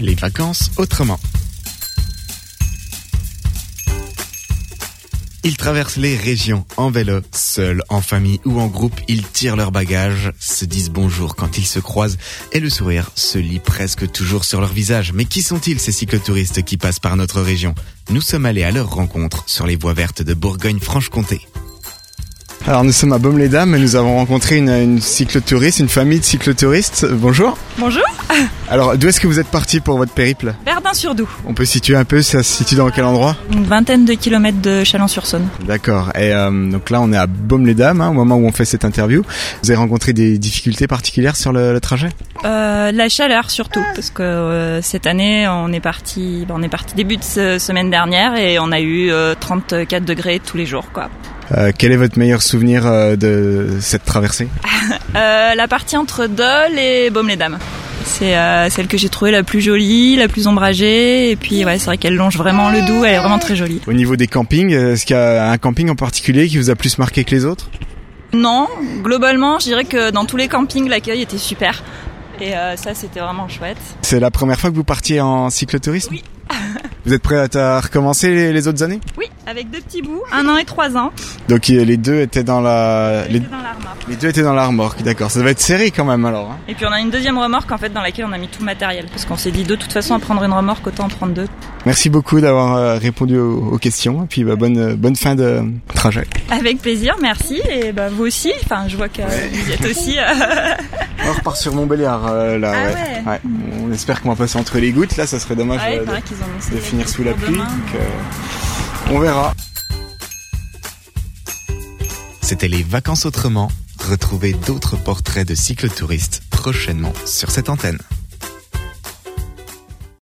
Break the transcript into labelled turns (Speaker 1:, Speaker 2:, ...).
Speaker 1: Les vacances autrement. Ils traversent les régions en vélo, seuls, en famille ou en groupe. Ils tirent leurs bagages, se disent bonjour quand ils se croisent et le sourire se lit presque toujours sur leur visage. Mais qui sont-ils ces cyclotouristes qui passent par notre région Nous sommes allés à leur rencontre sur les voies vertes de Bourgogne-Franche-Comté.
Speaker 2: Alors nous sommes à Baume-les-Dames et nous avons rencontré une, une cyclotouriste, une famille de cyclotouristes. Bonjour.
Speaker 3: Bonjour,
Speaker 2: Alors d'où est-ce que vous êtes parti pour votre périple
Speaker 3: Verdun-sur-Doubs,
Speaker 2: On peut situer un peu, ça se situe dans quel endroit
Speaker 3: une vingtaine de kilomètres de Chalon-sur-Saône.
Speaker 2: D'accord. Et euh, donc là on est à Baume-les-Dames hein, au moment où on fait cette interview. Vous avez rencontré des difficultés particulières sur le, le trajet
Speaker 3: Euh, la chaleur surtout, parce que euh, cette année on est parti, ben, on est parti début de se- semaine dernière et on a eu euh, 34 degrés tous les jours quoi.
Speaker 2: Euh, Quel est votre meilleur souvenir euh, de cette traversée
Speaker 3: Euh, la partie entre Dole et Baume-les-Dames, c'est euh, celle que j'ai trouvée la plus jolie, la plus ombragée et puis ouais c'est vrai qu'elle longe vraiment le Doubs, elle est vraiment très jolie.
Speaker 2: Au niveau des campings, euh, est-ce qu'il y a un camping en particulier qui vous a plus marqué que les autres
Speaker 3: Non, globalement je dirais que dans tous les campings l'accueil était super et euh, ça c'était vraiment chouette.
Speaker 2: C'est la première fois que vous partiez en cyclotourisme
Speaker 3: Oui.
Speaker 2: vous êtes prêt à- à recommencer les- les autres années
Speaker 3: Oui, avec deux petits bouts, un an et trois ans,
Speaker 2: Donc euh, les deux étaient dans la... Les,
Speaker 3: dans la remorque.
Speaker 2: les deux étaient dans la remorque, d'accord. Ça devait être serré quand même alors. hein.
Speaker 3: Et puis on a une deuxième remorque en fait dans laquelle on a mis tout le matériel parce qu'on s'est dit de toute façon à prendre une remorque autant en prendre deux.
Speaker 2: Merci beaucoup d'avoir euh, répondu aux, aux questions. Et puis bah, bonne, euh, bonne fin de euh, trajet.
Speaker 3: Avec plaisir, merci et bah vous aussi. Enfin je vois que vous y êtes aussi. euh.
Speaker 2: On repart sur Montbéliard euh, là.
Speaker 3: Ah ouais.
Speaker 2: On espère qu'on va passer entre les gouttes. Là, ça serait dommage
Speaker 3: Ouais,
Speaker 2: euh,
Speaker 3: il
Speaker 2: de-
Speaker 3: paraît qu'ils ont
Speaker 2: de,
Speaker 3: essayé
Speaker 2: finir sous la
Speaker 3: pour
Speaker 2: pluie.
Speaker 3: demain.
Speaker 2: donc, euh, on verra.
Speaker 1: C'était les vacances autrement. Retrouvez d'autres portraits de cyclotouristes prochainement sur cette antenne.